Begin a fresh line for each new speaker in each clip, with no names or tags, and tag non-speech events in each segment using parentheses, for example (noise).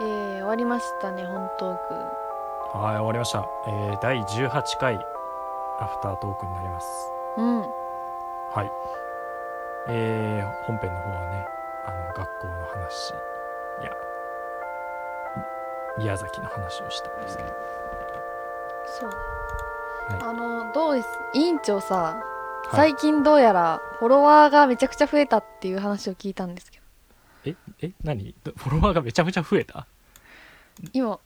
えー、終わりましたね本トーク
はい終わりました、えー、第18回アフタートークになります
うん
はいえー、本編の方はねあの学校の話や宮崎の話をしたんですけど
そう
は
だ
い
あのどうです委員長さ
はい
最近どうやらフォロワーがめちゃくちゃ増えたっていう話を聞いたんですけど
ええ何どフォロワーがめちゃめちゃ増えた
今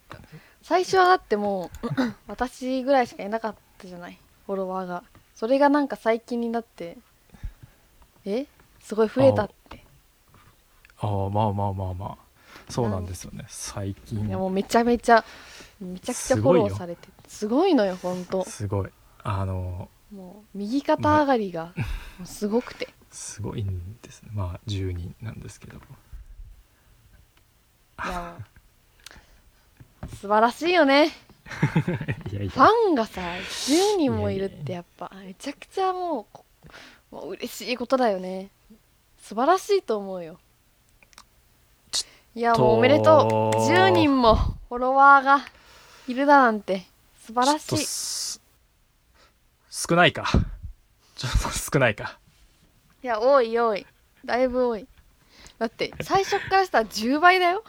最初はだってもう私ぐらいしかいなかったじゃないフォロワーがそれがなんか最近になってえすごい増えたって
ああまあまあまあまあそうなんですよね最近
いやもうめちゃめちゃめちゃくちゃフォローされてすごいのよほんと
すごいあの
もう右肩上がり (laughs) がもうすごくて
すごいんですねまあ10人なんですけど
いやもう素晴らしいよね
(laughs) いやい
ファンがさ10人もいるってやっぱめちゃくちゃもうこもう嬉しいことだよね素晴らしいと思うよ
ち
いやもうおめでとう
と
10人もフォロワーがいるだなんて素晴ら
ちょっと
しい
す少ないか (laughs) ちょっと少ないか
いや多い多いだいぶ多いだって最初からしたら10倍だよ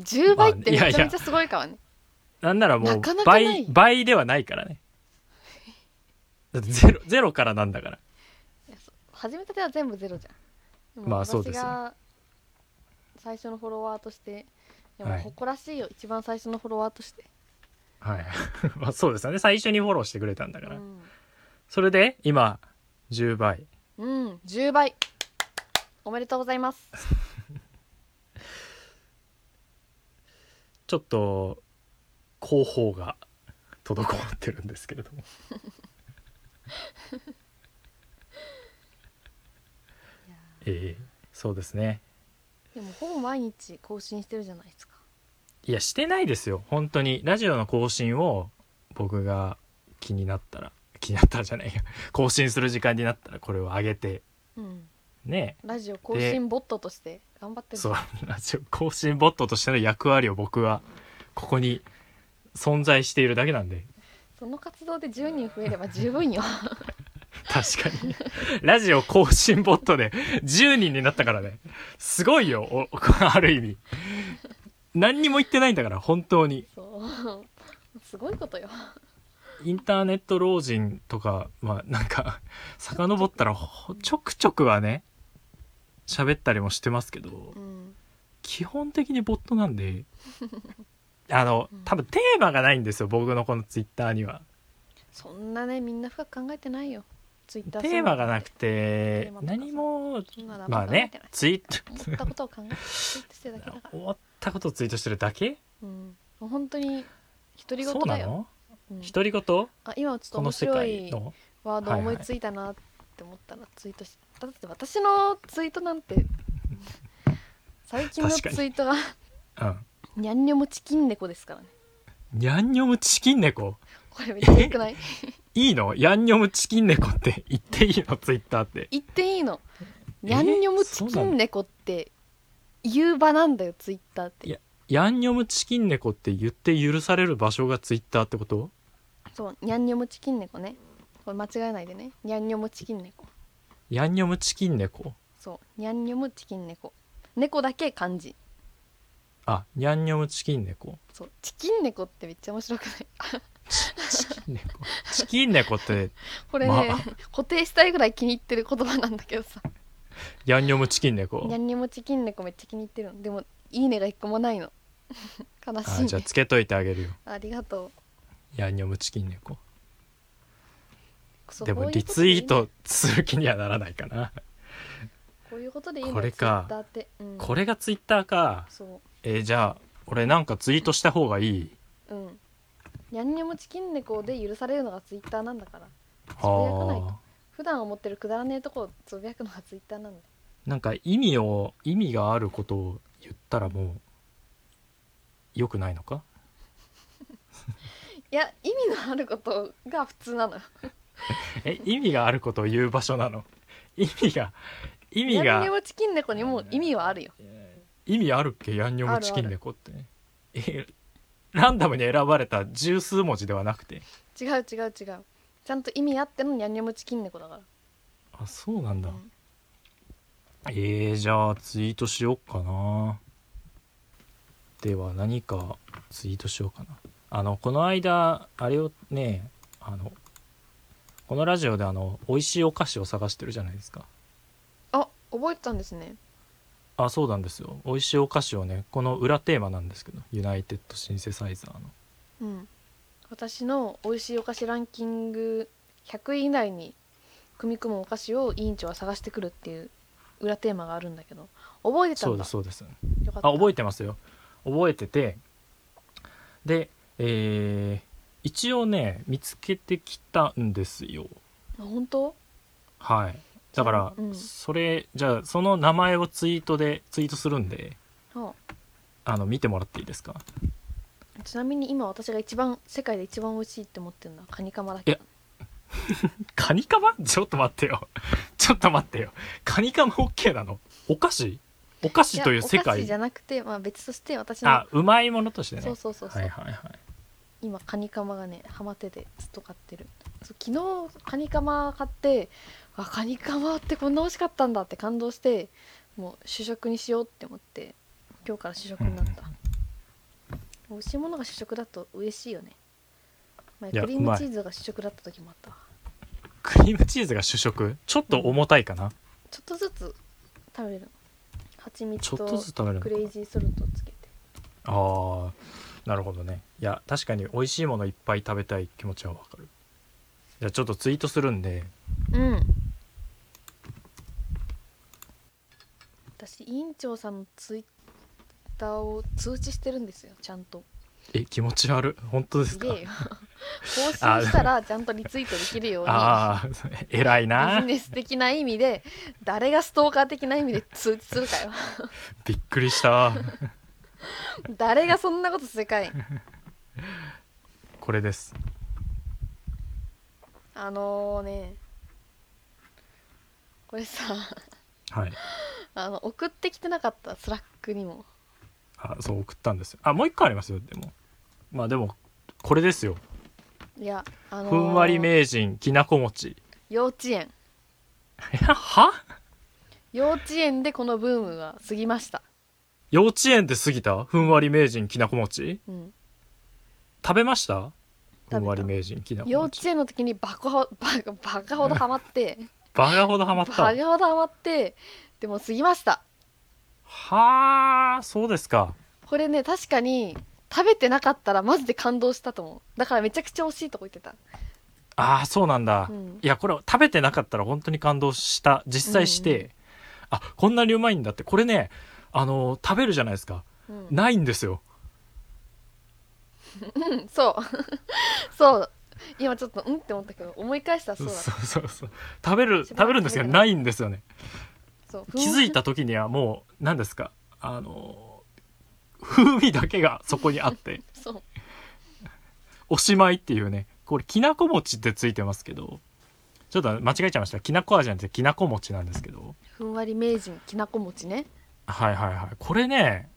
10倍ってめ
まあいやいや
ちゃめちゃすごいからね
なんならもう
なかなかない
倍倍ではないか
(laughs)
らねだってゼロゼロからなんだから
始めたては全部ゼロじゃんも
まあそうですよ
私が最初のフォロワーとしてでも
はい
誇らしいよ、一番最初のフォロワーとして、
はい (laughs) まあそうですよね最初にフォローしてくれたんだ
う
から、
ん、
それで今10倍
うん、10倍おめでとうございます
ちょっと広報が滞ってるんですけれども
いや
ええそうですね
でもほぼ毎日更新してるじゃないですか
いやしてないですよ本当にラジオの更新を僕が気になったら気になったらじゃないや更新する時間になったらこれを上げて
うん
ね
ラジオ更新ボットとして頑張ってる
そうラジオ更新ボットとしての役割を僕はここに存在しているだけなんで
その活動で10人増えれば十分よ
確かにラジオ更新ボットで10人になったからねすごいよお (laughs) ある意味何にも言ってないんだから本当に
そうすごいことよ
インターネット老人とかまあなんか (laughs) 遡ったらほちょくちょくはね喋ったりもしてますけど
うん
基本的にボットな
(laughs)
んであの
うん
多分テーマがないんですよ僕のこのツイッターには
そんなねみんな深く考えてないよツイッタ
テ
ー
ーマがなく
テー
て
マとかさ
何も
そんなのあん
ま
ま
あ
考え
ね
てない
ツイート
思ったことを考えてツイートしてるだけだから
終わったことをツイートしてるだけ
うん、もう本当に独り言
そうな
だよ。
の
うん
独り言こ
あ今ちょっと面
の世
白
界
い
の
ワード
はいは
思
い
いついたなって思ったらツイートし、だって私のツイートなんて最近のツ
確かに
イートが
う
(laughs)
ん
にゃんにょもチキン猫ですからね。
ヤンニョムチキン猫
これめっちゃ良くない
いいのヤンニョムチキン猫って言っていいのツイッターって
言っていいの。
え
にゃんにょもチキン猫って言う場なんだよツイッターっ
い
て。
やヤンニョムチキン猫って言って許される場所がツイッターってこと
そうにゃんにょもチキン猫ね。これ間違えないでね。にゃんにょもチキン猫。
ヤンニョムチキン猫
そうにゃんにょもチキン猫。猫だけ漢字。
あヤンニョムチキン猫
そうチキン猫ってめっちゃ面白くない
チキン猫チキン猫って
これね、
まあ
固定したいぐらい気に入ってる言葉なんだけど
(laughs)
さ
ヤンニョムチキン猫
にゃんにもチキン猫めっちゃ気に入ってるのでもいいねが一個もないの (laughs) 悲しい
あじゃあ
ね
つけといてあげるよ
ありがと
ヤンニョムチキン猫
うそう
で
こ
も
ういう
リ
こと
ツ
でい
イ
い
ー
の
トする気にはならないかな
こういうことでいいの
これか
Twitter って、うん、
これがツイッターか
そ
えーじゃあ俺なんかツイートした方がいいう
うんにゃんにもチキン猫で許されるのがツイッターなんだから
あ
つぶやかないと
ー
普段思ってるくだらねえとこをつぶやくのがツイッターなんだよ
なんか意味を意味があることを言ったらもう良くないのか
いや意味のあることが普通なのよ
え意味があることを言う場所なの意味が意味
にゃん
が
にもチキン猫にも意味はあるよ
意味あるっけヤンニョムチキン猫ってえランダムに選ばれた十数文字ではなくて
違う違う違うちゃんと意味あってのニャンニャムチキン猫だから
あそうなんだ、
うん
えー、じゃあツイートしよっかなでは何かツイートしようかなあのこの間あれをねあのこのラジオであの美味しいお菓子を探してるじゃないですか
あ覚えてたんですね
あそうなんですよ美味しいお菓子をねこの裏テーマなんですけどユナイテッドシンセサイザーの
うん私の美味しいお菓子ランキング100位以内に組み込むお菓子を委員長は探してくるっていう裏テーマがあるんだけど覚えてた
そ
ん
うで
だ
すそうです
よかった
あ覚えてますよ覚えててでえー一応ね見つけてきたんですよ
あ本当
はいだから、
うん
それじゃあその名前をツイートでツイートするんで
あ
あの見てもらっていいですか
ちなみに今私が一番世界で一番美味しいって思ってるのはカニカマだけど
カニカマ (laughs) ちょっと待ってよちょっと待ってよカニカマ OK なのお菓子お菓子という世
やお菓子
界
じゃなくて、まあ、別として私の
あうまいものとしてね
そうそうそうそう、
はいはいはい
今カニカマがねハマっててずっと買ってるそう昨日カニカマ買ってあカニカマってこんな美味しかったんだって感動してもう主食にしようって思って今日から主食になった、美味しいものが主食だと嬉しいよね前
いや
クリー
うま
ム
い
チーズが主食だった時もあったわ
クリームチーズが主食ちょっと重たいかな、
ちょっとずつ食べるの蜂
ち
蜜
ょっと
と
ずつ食べるの
ク
か
レイジーソルトつけて
ああなるほどねいや確かに美味しいものいっぱい食べたい気持ちはわかるじゃあちょっとツイートするんで
うん私委員長さんのツイッターを通知してるんですよちゃんと
え気持ち悪い本当です
す
か
げえよ更新したらちゃんとリツイートできるように
ああ偉い
ビ
な
ジネス的な意味で誰がストーカー的な意味で通知するか
(laughs)
よ
びっくりした
誰がそんなことするかい
これです
あのねこれさ
はい
あの送ってきてなかったスラックにも
あそう送ったんですよあもう一個ありますよでもまあでもこれですよ
いやあの
ふんわり名人きなこ餅
幼稚園
は
幼稚園でこのブームが過ぎました
幼稚園で過ぎたふんわり名人きなこ餅
うん、
食べました
べた
ふんわり名人きなこ
幼
餅
稚園の時にバカほ (laughs) バカバカほどハマって
バカほどハ
バ
マっ
カ
た
ほどハマってでも過ぎました
はあそうですか
これね確かに食べてなかったらマジで感動したと思うだからめちゃくちゃ惜しいとこ言ってた
ああそうなんだ、
うん
いやこれ食べてなかったら本当に感動した実際して、
うんう
あこんなにうまいんだってこれねあのー食べるじゃないですか
うん、
ないんですよ
うんそうそう (laughs) 今ちょっとうんって思ったけど思い返したらそうだった
そうそうそう食べる
しばらく
食べるんですけど
食べな
ないんですよね
そう
気づいた時にはもう何ですかあのー風味だけがそこにあって
そう
おしまいっていうねこれきなこ餅ってついてますけどちょっと間違えちゃいましたきなこ味じゃなくてきなこ餅なんですけど
ふんわり名人きなこ餅ね
はいはいはい。これね、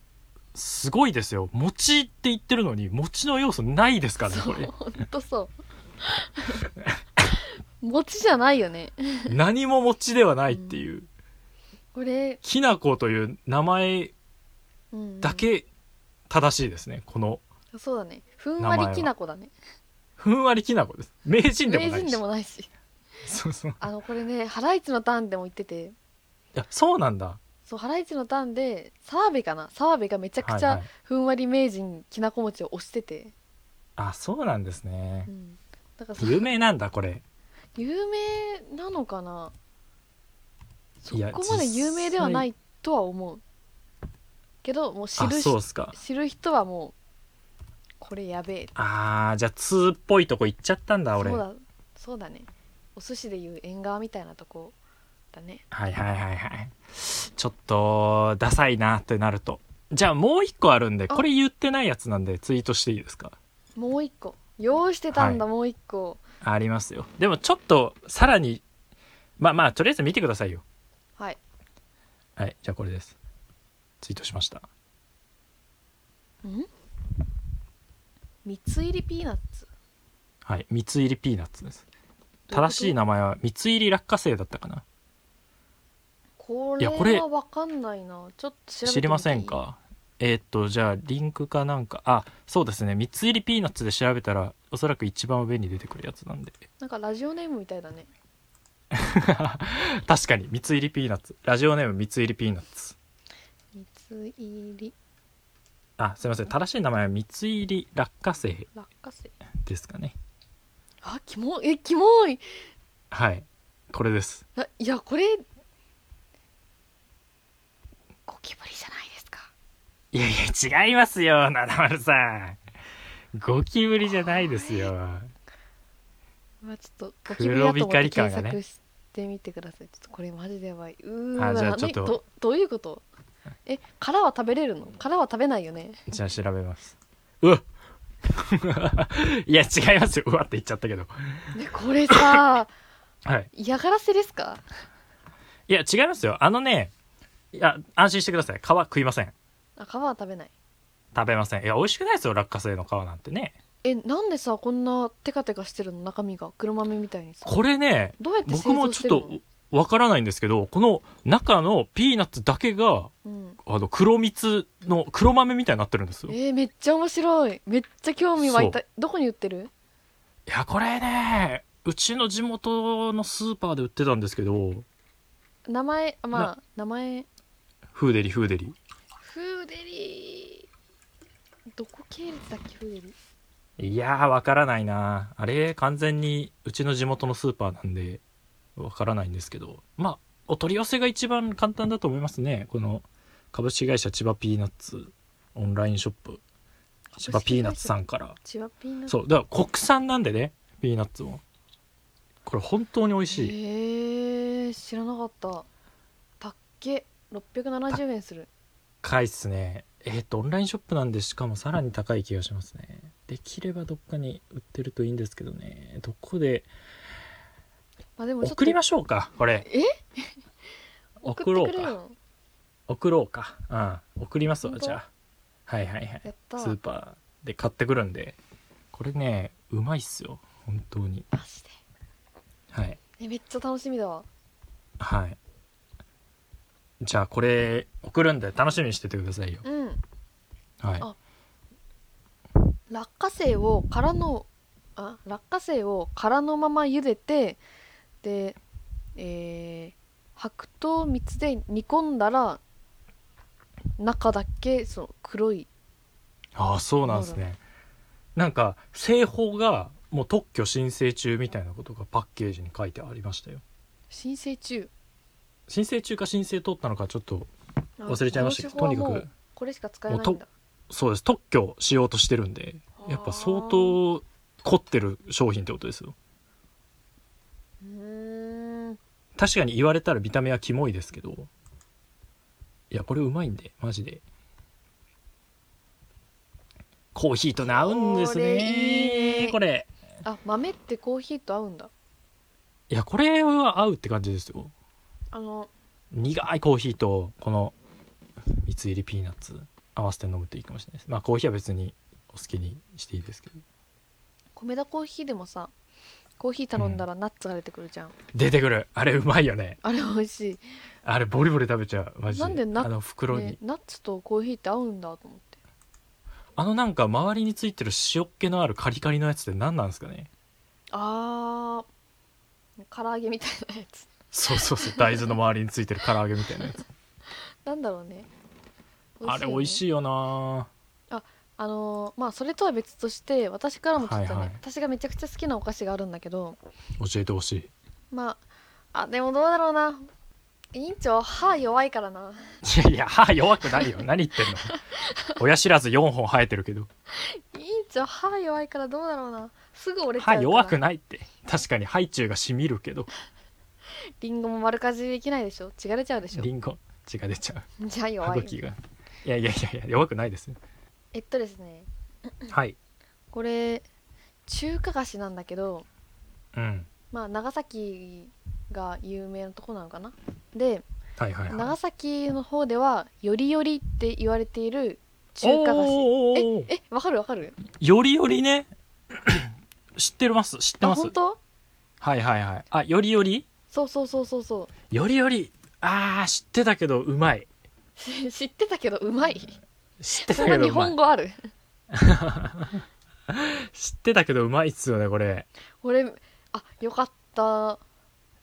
すごいですよ。餅って言ってるのに、餅の要素ないですからね、
そ
こ
う
れ。
ほんとそう (laughs) 餅じゃないよね
何も餅ではないっていう。
これ、
きなこという名前
うんうん
だけ正しいですね。この、
そうだねふんわりきなこだね
ふんわりきなこです。名人でもな
名
い
人
し
で。もないし
そうそう。い
あのこれね「ハライチのターン」でも言ってて
や、そうなんだ。
そうハライチのターンで澤部かな澤部がめちゃくち
はい
ゃ
はい
ふんわり名人きなこ餅を推してて、
あ、そうなんですね
う。ん、だからそ
有名なんだ、これ。
有名なのかないそ
いや
こまで有名ではないとは思うけどもう知
あ、
る
そうっ
人
すか。
知る人はもうこれやべえ
あー、じゃあ、2っぽいとこ行っちゃったんだ、俺。
そう
はい
だそうだねお寿司でいう縁側みたいなとこだね
はいはいはい。ちょっと、ダサいなってなると。じゃあもう一個あるんで、
あ
これ言ってないやつなんでツイートしていいですか
もう一個用意してたんだ、
は
もう一個
ありますよ。でもちょっと、さらに、まあまあ、とりあえず見てくださいよ。
はい
はい、じゃあこれです。ツイートしました。
ん三つ入りピーナッツ
はい三つ入りピーナッツです正しい名前は三つ入り落花生だったかな
こ
い
れ
やこれ
はわかんないなちょっと調べてみていい
知りませんかえーっとじゃあリンクかなんかあそうですね三つ入りピーナッツで調べたらおそらく一番上に出てくるやつなんで (laughs)
なんかラジオネームみたいだね
確かに三つ入りピーナッツラジオネーム三つ入りピーナッツ
三つ入り
あすいません正しい名前は三つ入り落花生
落花生
ですかね
あキモえキモい
はいこれです
あいやこれゴキブリじゃないですか
いやいや違いますよ七丸さんゴキブリじゃないですよ
まあちょっとゴキブリだと
黒
思っ
光
て
り感が
検索
ね
してみてください、ちょっとこれマジでやばいうー
あ
わ
じゃあ
な
ちょっと
にどどういうことえ殻は食べれるの殻は食べないよね
じゃあ調べますうわ (laughs) いや違いますようわって言っちゃったけど
ねこれ
(laughs)
さ
はい
嫌がらせですか
いや、違いますよ。あのね、いや、安心してください。皮食いません。
あ皮は食べない
食べません。いや、美味しくないですよ。落花生の皮なんてね。
えなんでさこんなテカテカしてるの中身が黒豆みたいにさ
これね、
どうやって製
僕も
造し
ちょって
るの
と、わからないんですけど、この中のピーナッツだけが、
うん、
あの、黒蜜の、黒豆みたいになってるんですよ。い
えー、めっちゃ面白いめっちゃ興味湧いたどこに売ってる
や、これね、うちの地元のスーパーで売ってたんですけど、
名前あまあ
な
名前
フーデリ、フーデリ。
フーデリーどこ系列だっけフーデリ
いやー、わからないな。あれ、完全にうちの地元のスーパーなんで、わからないんですけど。まあ、お取り寄せが一番簡単だと思いますね。この、株式会社千葉ピーナッツオンラインショップ、千葉ピーナッツさんから。
千葉ピーナッツ
そう、だから国産なんでね、ピーナッツも。これ本当に美味しい。
へえー、知らなかったたっけ670円する
高いっすね。えっ、と、オンラインショップなんで、しかもさらに高い気がしますね。できればどっかに売ってるといいんですけどね。どこで、
まあでもちょっと
送りましょうか、これ。
え (laughs)
送ろう
ってくれる
か。
の
送ろうか、うん、送りますわ
本当
じゃあはいはいはい
やった
スーパーで買ってくるんでこれねうまいっすよ本当に
マジで
はい
えめっちゃ楽しみだわ
はいじゃあこれ送るんで楽しみにしててくださいよ
うん
はい
あ落花生を殻のあ落花生を殻のまま茹でてでえー、白桃蜜で煮込んだら中だけその黒い
ああそうなんですねなんか製法がもう特許申請中みたいなことがパッケージに書いてありましたよ
申請中
申請中か申請通ったのかちょっと
あ
忘れちゃいましたけ
こ
ど
との
に
手
か
法はも
く
うこれしか使えないんだ
そうです特許しようとしてるんでやっぱ相当凝ってる商品ってことですよ
うーん
確かに言われたら見た目はキモいですけどいやこれうまいんでマジでコーヒーとね合うんです
これいい
ね
ね
これ
あ豆ってコーヒーと合うんだ
いやこれは合うって感じですよ
あの
苦いコーヒーとこの三つ入りピーナッツ合わせて飲むといいかもしれないですまあコーヒーは別にお好きにしていいですけど
米田コーヒーでもさコーヒー頼んだらナッツが出てくるじゃん、
出てくるあれうまいよね
あれ美味し
あれボリボリ食べちゃうマジで
なんでな
あの
い、
袋に、
ね、ナッツとコーヒーって合うんだと思って
あのなんか周りについてる塩っ気のあるカリカリのやつって何なんですかね
あー唐揚げみたいなやつ (laughs)
そうそうそう大豆の周りについてる唐揚げみたいなやつ
なんだろうね
(laughs) あれ美味し
いよね
いよな
あのーまあそれとは別として私からもちょっとね、
はいはい
私がめちゃくちゃ好きなお菓子があるんだけど
教えてほしい
まああでもどうだろうな委員長歯弱いからない
やいや歯弱くないよ何言ってんの親知らず4本生えてるけど
委員長歯弱いからどうだろうなすぐ折れちゃう
歯
から
弱くないって確かにハイチュウがしみるけど
リンゴも丸かじりできないでしょ血が出ちゃうでしょ
リンゴ血が出ちゃ
じゃあ
う
弱
歯
い
茎がいやいやいやいや弱くないですよ
えっとですね
はい
これ中華菓子なんだけど
うん
まあ長崎が有名なとこなのかなで
はいはいはい
長崎の方ではよりよりって言われている中華菓子
おーおーおー
ええわかるわかる
よりよ
(coughs)
りね知ってます知って
あ
ます
本当
はいはいはいあよりより
そうそうそうそうそ
よりよりあー知ってたけどうまいう
知ってたけどう (laughs) まい
知って
そ
た
んな
けど
日
うまい
本語ある
知ってたけどうまいっすよねこれ
俺あよかった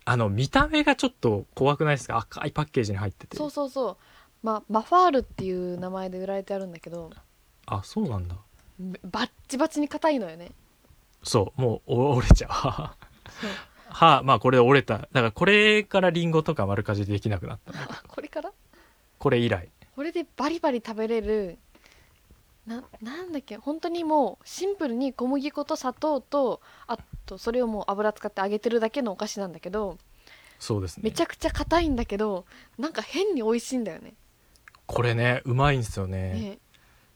あの見た目がちょっと怖くないですか赤いパッケージに入ってて
そうそうそうまあマファールっていう名前で売られてあるんだけど
あそうなんだ
めバッチバチに硬いのよね (laughs)
そうもうお折 (laughs) れちゃうは
そう
あまあこれ折れただからこれからリンゴとか丸かじりできなくなったの
あこれから
これ以来
これでバリバリ食べれるななんだっけ本当にもうシンプルに小麦粉と砂糖とあとそれをもう油使って揚げてるだけのお菓子なんだけど
そうですね
めちゃくちゃ硬いんだけどなんか変に美味しいんだよね。
これねうまいんですよね
ね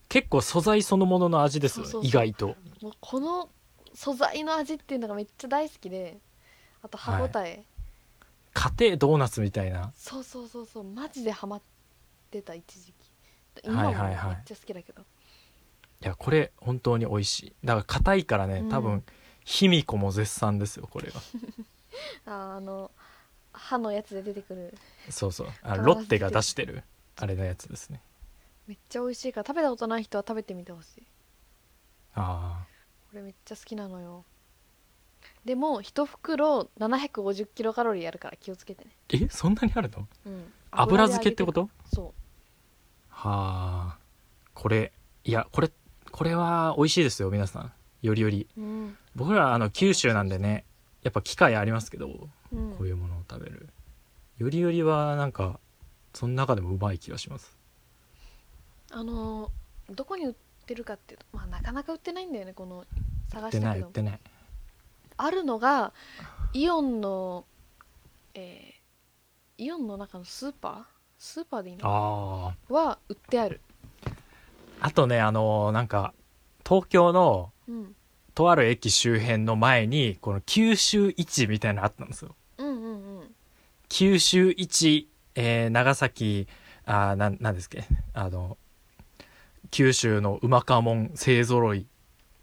結構素材そのものの味ですよね
そうそうそう
意外と
もうこの素材の味っていうのがめっちゃ大好きであと歯ごたえ、
家庭ドーナツみたいな
そうそうそうそうマジでハマってた一時期今も
は
め
い
っ
はいはい
ちゃ好きだけど、
いやこれ本当に美味しいだから硬いからね
うん
多分卑弥呼も絶賛ですよこれが
あーあの歯のやつで出てくる
そうそう
ドー
あ
ナツ
ロッテが出してるあれのやつですね
めっちゃ美味しいから食べたことない人は食べてみてほしい
あ
これめっちゃ好きなのよでも1袋750キロカロリーあるから気をつけてね、
ーえそんなにあるの
うん、
油漬けってこと
そ
はあこれいやこれこれは美味しいですよ皆さんよりより
ううん、
僕らあの九州なんでねやっぱ機会ありますけどこ
うん、
ういうものを食べるよりよりはなんかその中でもうまい気がします
あのーどこに売ってるかっていうとまあなかなか売ってないんだよねこの
売
探
って
し
な
たけ
い売っ
ど
てない
あるのがイオンのえーイオンの中のスーパースーパーでいいの
あ
は売ってある
ああとねあのなんか東京の
うん
とある駅周辺の前にこの九州市みたいなのあったんですよ
うんうんうん
九州市、えー長崎あーなんなんですっけあの九州のうまかもん勢ぞろい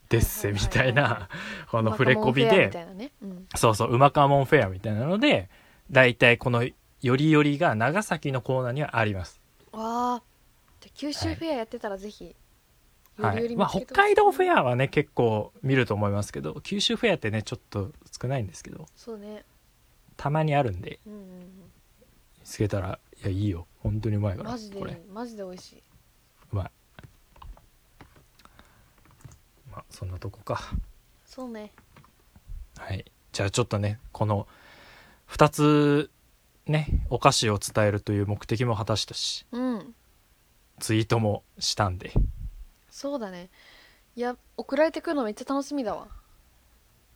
ですせ
はい
み
はい
たい
はいは
なこの触れ込み
マカモンフェアみたい
で
なねうん
そうそううまかもんフェアみたいなのでだいたいこのよりよりが長崎のコーナーにはあります、
わあじゃあ九州フェアやってたらぜひ、
は
よりよ
い
り
まあ、
見つ
北
けてほしい
海道フェアはね結構見ると思いますけど九州フェアってねちょっと少ないんですけど
そうね
たまにあるんで
うんうん
見つけたらいやいいよ本当にうまい
うん
から
マジで
これ
マジで美味しいう
まいまあそんなとこか
そうね
はいじゃあちょっとねこの2つねお菓子を伝えるという目的も果たしたし
うん
ツイートもしたんでい
そうだねいや送られてくるのめっちゃ楽しみだわ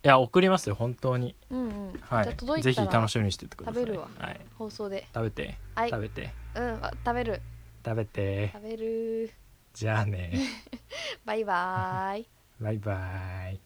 や送りますよ本当に
うんうん、
はい
じゃあ届い
ぜ
た
ひ
ら
楽しみにしててください
食べるわ
はい、
放送で
食べて
はい
食べて
うんあ食べる
食べて
食べる (laughs)
じゃあね
バイバーイ
バイバイ